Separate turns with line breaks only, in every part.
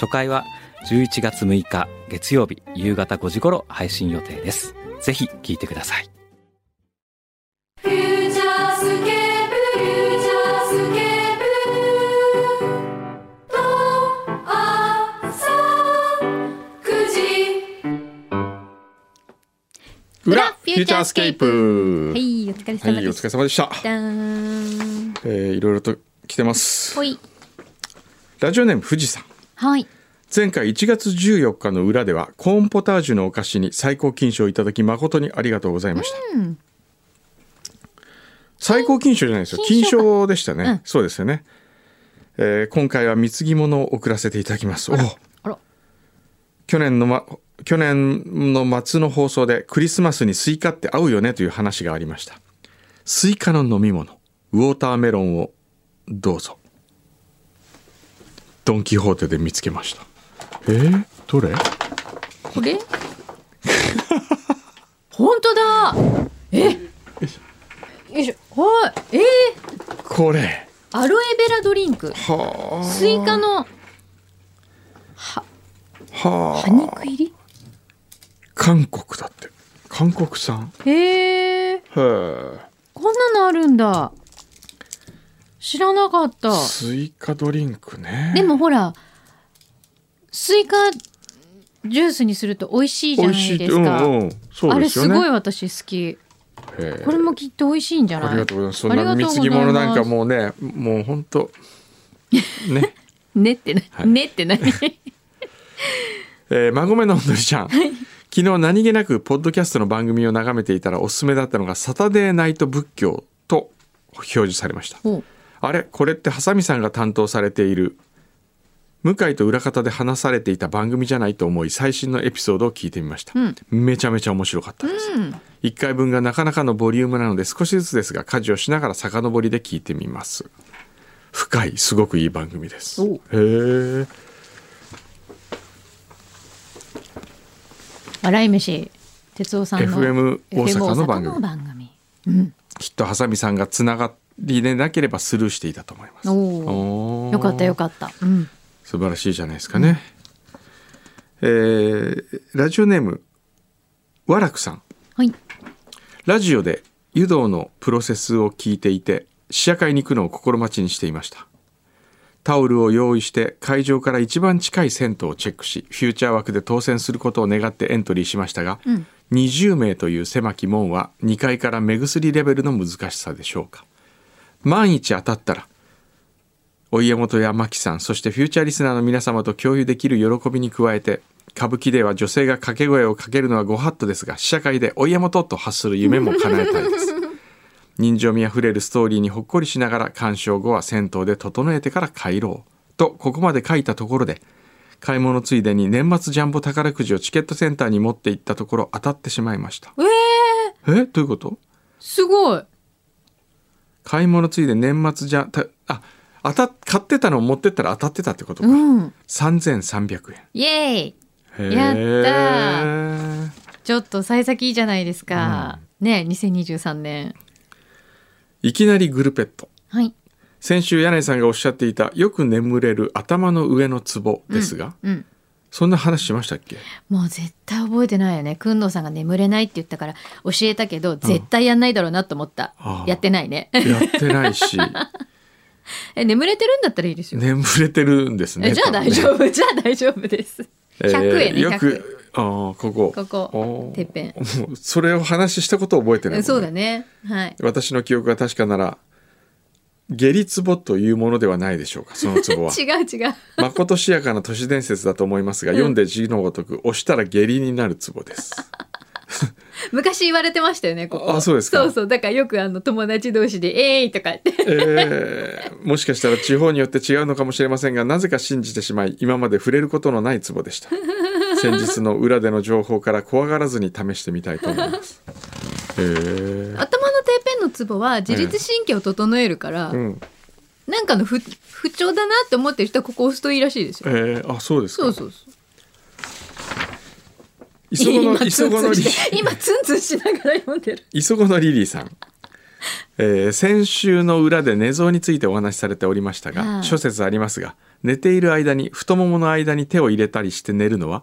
初回は11月6日月曜日夕方5時頃配信予定ですぜひ聞いてください
フューチャースケープフューチャースケープと朝9時
裏フューチャースケープ
はい、お疲れ
は
様
い、
で
お
す。
疲れ様でした。
じゃーん。
えー、いろいろと来てます
ほ。い。
ラジオネーム富士山。
はい。
前回1月14日の裏ではコーンポタージュのお菓子に最高金賞をいただき誠にありがとうございました。最高金賞じゃないですよ。金
金賞か
賞でしたね。
うん
そうですよね。えー今回は貢ぎ物を送らせていただきます。おお
あら。
去年の、ま、去年の末の放送でクリスマスにスイカって合うよねという話がありましたスイカの飲み物ウォーターメロンをどうぞドン・キホーテで見つけましたえー、どれ
こ れ本当だえよいしょ。はい。えー、
これ
アロエベラドリンク。
は
スイカの
あは
果肉入り
あ韓国だって韓国産
へえ。
へえ
こんなのあるんだ。知らなかった。
スイカドリンクね
でもほら、スイカジュースにすると美味しい
美
じゃな
味しい
い
っ
で
て
すか。
うんうんそ
あ
う
れ
ですよ
す
ね
ごい私好き。
へえ
これもきっと美味しいんじゃない
ありがとうございます。そ
あ
ん
り
な
がとうございます
貢ぎ物なんかもうね、もう本 当ね。
ねってな、
はい
ねって何
えー、孫めのほんどりちゃん。昨日何気なくポッドキャストの番組を眺めていたらおすすめだったのがサタデーナイト仏教と表示されました。
おう
あれこれってハサミさんが担当されている向井と裏方で話されていた番組じゃないと思い最新のエピソードを聞いてみました、
ん
めちゃめちゃ面白かったです、1回分がなかなかのボリュームなので少しずつですが家事をしながら遡りで聞いてみます深いすごくいい番組です
お
へえ
笑い飯哲夫さんの
FM 大
FM
阪の番組
大阪番組
きっとハサミさんがつながりでなければスルーしていたと思います
お
おー
よかったよかった、うん、
素晴らしいじゃないですかね、えーラジオネームわらくさん
はい
ラジオで湯道のプロセスを聞いていて試写会に行くのを心待ちにしていましたタオルを用意して会場から一番近い銭湯をチェックしフューチャー枠で当選することを願ってエントリーしましたが、20名という狭き門は2階から目薬レベルの難しさでしょうか万一当たったらお家元や牧さんそしてフューチャーリスナーの皆様と共有できる喜びに加えて歌舞伎では女性が掛け声をかけるのはご法度ですが試写会で「お家元」と発する夢も叶えたいです人情味あふれるストーリーにほっこりしながら鑑賞後は銭湯で整えてから帰ろうとここまで書いたところで買い物ついでに年末ジャンボ宝くじをチケットセンターに持って行ったところ当たってしまいました
えー、
えどういうこと
すごい
買い物ついで年末じゃたあ当たっ買ってたのを持ってったら当たってたってことか、
うん
3300円
イエーイ
へー
やったちょっと幸先いいじゃないですか、ね2023年
いきなりグルペット
はい
先週柳井さんがおっしゃっていたよく眠れる頭の上のツボですが、
うん
そんな話しましたっけ
もう絶対覚えてないよねくんのさんが眠れないって言ったから教えたけど絶対やんないだろうなと思った、
ああ
やってないね
やってない し
え眠れてるんだったらいいですよ、
眠れてるんですね
えじゃあ大丈
夫
夫、じゃあ大丈夫です100円ね、
よ
100
くあーここ
ここ
おー
てっぺん
もうそれを話したことを覚えてないもんね
そうだね。はい。
私の記憶が確かなら下痢ツボというものではないでしょうかそのツ ボは
違う違う。
まことしやかな都市伝説だと思いますが読んで字のごとく押したら下痢になるツボです
昔言われてましたよねここ
あそうですか
そうそうだからよくあの友達同士で「 えい!」とかって
えーもしかしたら地方によって違うのかもしれませんがなぜか信じてしまい今まで触れることのないツボで した先日の裏での情報から怖がらずに試してみたいと思い ますえー
頭のてっぺんのツボは自律神経を整えるから、
うん
なんかの不不調だなって思ってる人はここ押すといいらしいです
え
よ。
ーあそうですか
そうそうそう。
磯子の
今ツ
磯
ン
子
ツ
の
ン
リ
して 今ツンツンしながら読んでる。
磯子のリリーさん、えー先週の裏で寝相についてお話しされておりましたが、
はい
諸説ありますが寝ている間に太ももの間に手を入れたりして寝るのは、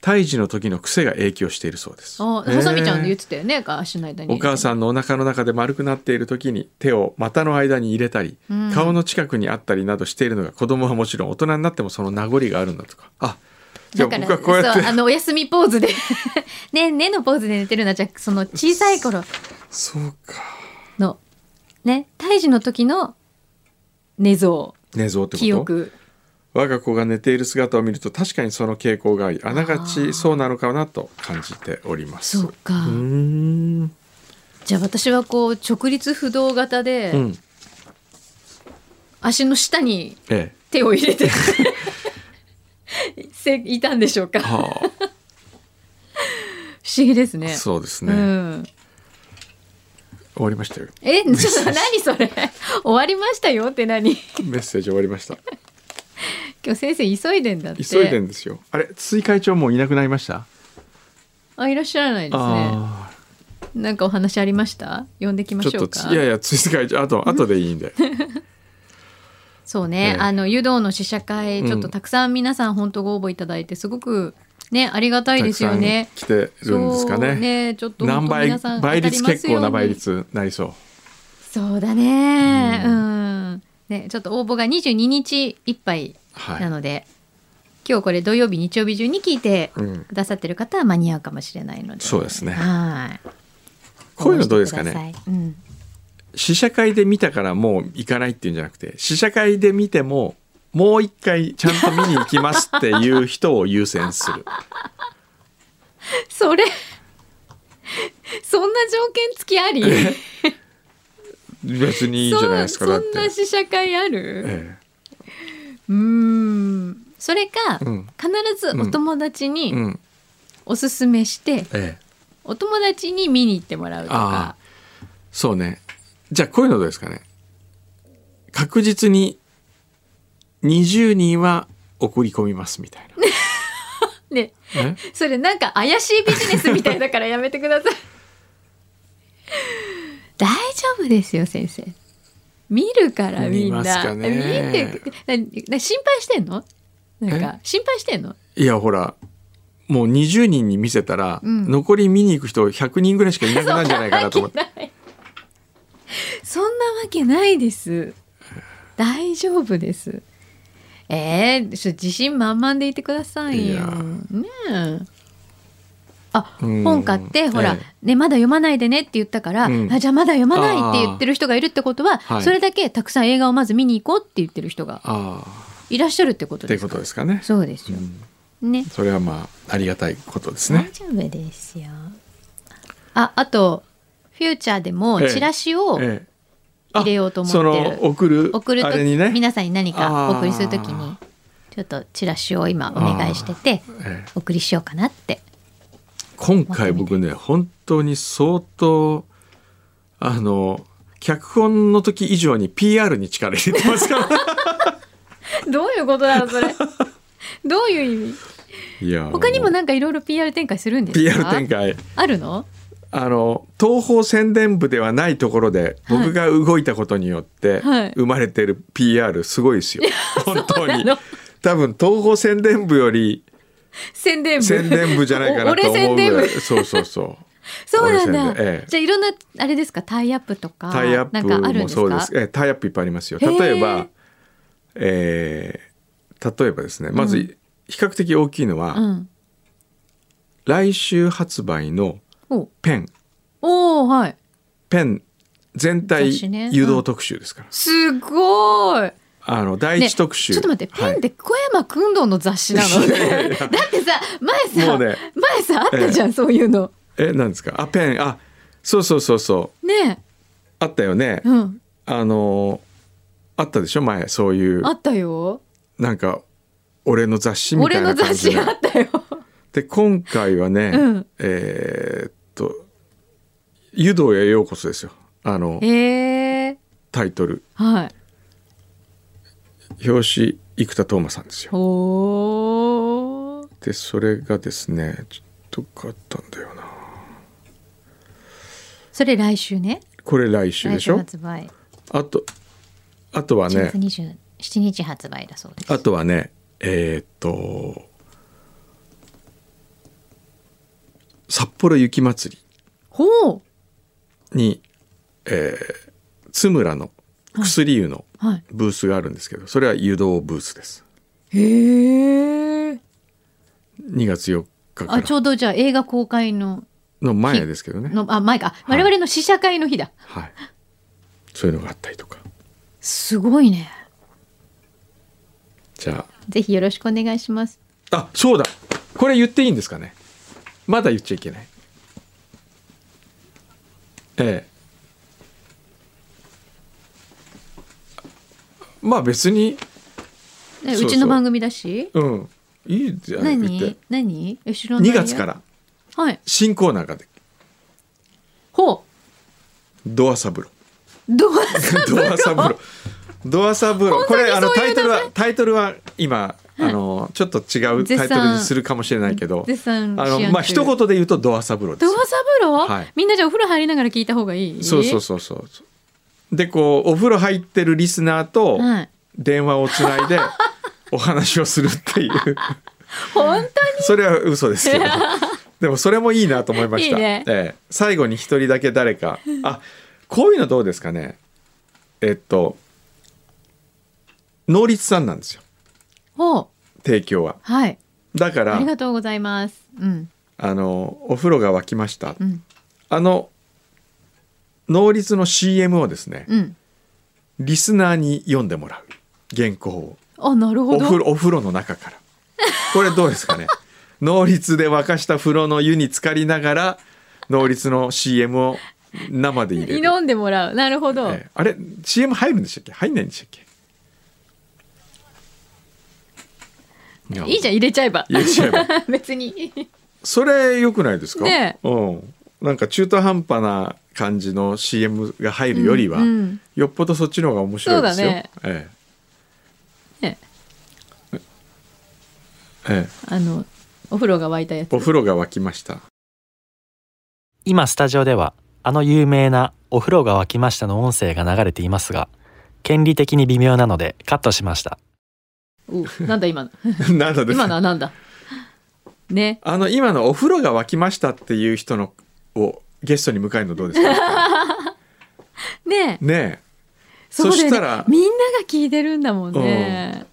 胎児の時の癖が影響しているそうです
あ、ハサミちゃんで言ってたよね。か足の間に。
お母さんのお腹の中で丸くなっている時に手を股の間に入れたり、顔の近くにあったりなどしているのが子供はもちろん大人になってもその名残があるんだとかあじゃあ
だか
僕はこ
ら
うやって
そうあのお休みポーズで ねねのポーズで寝てるのはじゃあその小さい頃
そうか
のね胎児の時の寝相
寝相ってこと
記憶
我が子が寝ている姿を見ると確かにその傾向がありあながちそうなのかなと感じております
そうか
うーん
じゃあ私はこう直立不動型で、
うん
足の下に
ええ
手を入れ てせいたんでしょうか不思
は
議ですね
あそうですね、
うん、
終わりましたよ
えちょっ と何それ終わりましたよって何
メッセージ終わりました
今日先生急いでんだって
急いでんですよあれ辻会長もういなくなりました
あいらっしゃらないですね
ああ
なんかお話ありました呼んできま
ち
しょ
ょ
う
っ
か
といやいや辻会長あ とあとでいいんで
そうね、
ええ
あの湯道の試写会ちょっとたくさん皆さん本当ご応募いただいてすごくねありがたいですよね。
たくさん来てるんですか
そ
ね
うねちょっと
何
本当
倍
皆さん当た
倍
りま
率
すように
結構な倍率なりそう
そうだねうん、ねちょっと応募が22日いっぱい
はい
なので、今日これ土曜日日曜日中に聞いて
うん
くださってる方は間に合うかもしれないので、
そうですね
はい
こういうのどうですかね
応募してくださいうん、
試写会で見たからもう行かないっていうんじゃなくて試写会で見てももう一回ちゃんと見に行きますっていう人を優先する
それそんな条件付きあり
別にいいじゃないですか
そ
だ
う
って
そんな試写会ある、
え
うーんそれか、
うん
必ずお友達
え
に
うん
おすすめして、
ええ
お友達に見に行ってもらうと
あ
か
あそうねじゃあこういうのどうですかね確実に20人は送り込みますみたい
ね
なえ
それなんか怪しいビジネスみたいだからやめてくだ さい大丈夫ですよ先生見るからみんな
見ますかね
見てなな心配してんのなんか心配してんの
いやほらもう20人に見せたら、
ん
残り見に行く人100人ぐらいしかいなくなるんじゃないかなと思って
そんなわけないです。大丈夫です。えー、ちょ自信満々でいてください
い
よ。
や
ねえ。あ、
うん
本買ってほら、
え
ねまだ読まないでねって言ったから、
うん
あじゃあまだ読まないって言ってる人がいるってことは、
はい
それだけたくさん映画をまず見に行こうって言ってる人が
ああ
いらっしゃるってこと
って
で
いう
す
こと
か。
ですかね。
そうですよ。ね。
それはまあありがたいことです
大
ね。
丈夫ですよ。あ、あとフューチャーでもチラシを、
ええあ
入れようと思って
そ
る
の送る
送る
あ
とき、
れにね。
皆さんに何か
あー
お送りするときにちょっとチラシを今お願いしてて
ええ
お送りしようかなって
今回僕ね本当に相当あの脚本の時以上に PR に力入れてますから。
どういうことなのそ れどう いう意味
い や
他にもなんかいろいろ PR 展開するんですか
PR 展開
あるの
あの東方宣伝部ではないところで
はい
僕が動いたことによって
はい
生まれてる PR すごいですよ、本当に
の
多分東方宣伝部より
宣伝部
宣伝部じゃないかなと
お俺
思
宣
うぐ
伝
らい
部
そうそうそう
そうなん
俺宣
だ、
伝ええ
じゃあいろんなあれですかタイアップとか
タイアッ
なんかあ
プ
るん
も
です
そう
か
です。えタイアップいっぱいありますよ。
へー
例えば、えー例えばですね、ま
う
ず比較的大きいのは、
うん
来週発売の
お
ペン、
おーはい
ペン全体
雑誌ねうん
誘導特集ですから。
すごーい
あの第
ね
一特集。
ちょっと待って、
はい
ペンって小山君堂の雑誌なのだってさ前
も
さ、
うね
前さあったじゃん、そういうの
えなんですかあペンあそうそうそうそう
ね
あったよね、
えうん
あのあったでしょ前そういう
あったよ
なんか俺の雑誌みた
俺
い
の
な感
雑
じ
誌
で
あったよ
で今回はね、
うん
えーっと「湯道へようこそ」ですよあの
へえ
タイトル
はい
表紙生田斗真さんですよ
ほー
でそれがですねちょっと変わったんだよな
それ来週ね
これ来週で
来
し
週
ょ
発売
あとあとは
1
ね
月27日発売だそうです
あとはねえーっと札幌雪まつり
ほう
に、えー、津村の薬湯の
はい
ブースがあるんですけどそれは湯道ブースです
へえ
2月4日か
あ
ら
ちょうどじゃあ映画公開の
の前ですけどね、
のあ前か我々の試写会の日だ、
はい、そういうのがあったりとか
すごいね
じゃ
ぜひよろしくお願いします
ああそうだこれ言っていいんですかねまだ言っちゃいけないええまあ別に
ね
そうそう
うちの番組だし
うんいいじゃない言っ
何
て
何え知らない
2
よ
月から
はい
新コーナーがで
ほう
ドアサブロ
ドアサブ ロ
ドアサブロ。ドアサブロ。これあの
そう
タ
いう
イトルはタイトルは今あのちょっと違うタイトルにするかもしれないけど、
絶賛
あの
思案
まあ
中
一言で言うとドアサブロです
ド。アサブロ、
はい
みんなじゃあお風呂入りながら聞いた方がいい
そうそうそうそう。でこうお風呂入ってるリスナーと
はい
電話をつないでお話をするっていう。
本
それは嘘です けど。でもそれもいいなと思いました。
いいね
ええ最後に一人だけ誰か。あ、こういうのどうですかね。えっと。能率さんなんですよ。
ほう
提供は。
はい
だか
あ
ら
り。がとうございますうん
あの、お風呂が沸きました。
うん
あの。能率の CM をですね、
うん
リスナーに読んでもらう原稿を
あなるほ
お
ど
風呂お風呂の中からこれどうです かね能率で沸かした風呂の湯に浸かりながら能率の CM を生で入れる、
飲んでもらうなるほど、
ええあれ CM 入るんでしたっけ入んないんでしたっけ
いいじゃん入れちゃえば
入れちゃえば
別に
それ良くないですか、
ね
うん、なんか中途半端な感じの CM が入るよりは、
うんうん
よっぽどそっちの方が面白いですよ。
そうだね
ええ
ね
ええ、
あのお風呂が沸いたやつ
お風呂が沸きま した。
今スタジオではあの有名な「お風呂が沸きました」の音声が流れていますが権利的に微妙なのでカットしました
おなんだ今の
なん だです
今のはなんだね
あの今のお風呂が沸きましたっていう人のをゲストに迎えるのどうです か。
ね
ねえ、
そうだよ
そ
ね
したら
みんなが聞いてるんだもんね、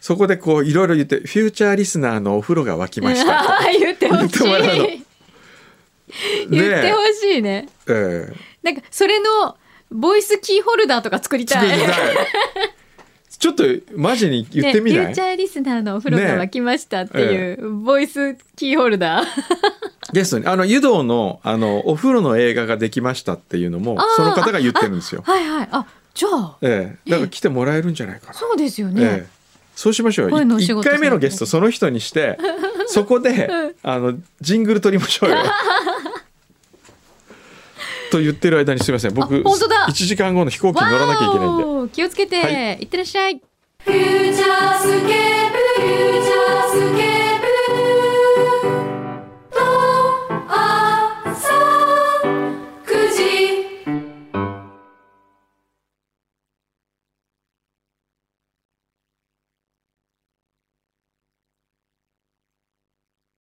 そこでこういろいろ言ってフューチャーリスナーのお風呂が沸きましたとか。
あ言ってほし
言ってもらうの
い 言ってほしいね
ええ
なんかそれのボイスキーホルダーとか作りた
作
い
りたいちょっとマジに言ってみ
ね、
な
フ
い、
ューチャーリスナーのお風呂が沸きましたっていう、ボイスキーホルダー
ゲストにあの湯道のあのお風呂の映画ができましたっていうのも
あー
その方が言ってるんですよ。
はいはいあじゃあ
ええ、だから来てもらえるんじゃないかな。
そうですよね、
ええ、そうしましょう。
声のお仕
一
事
回目のゲストその人に して、そこで、あのジングル取りましょうよ。と言ってる間にすみません。僕
あ本当だ
一時間後の飛行機に乗らなきゃいけないんで。
わーお気をつけて、
はい
いってらっしゃい
フューチャースケープ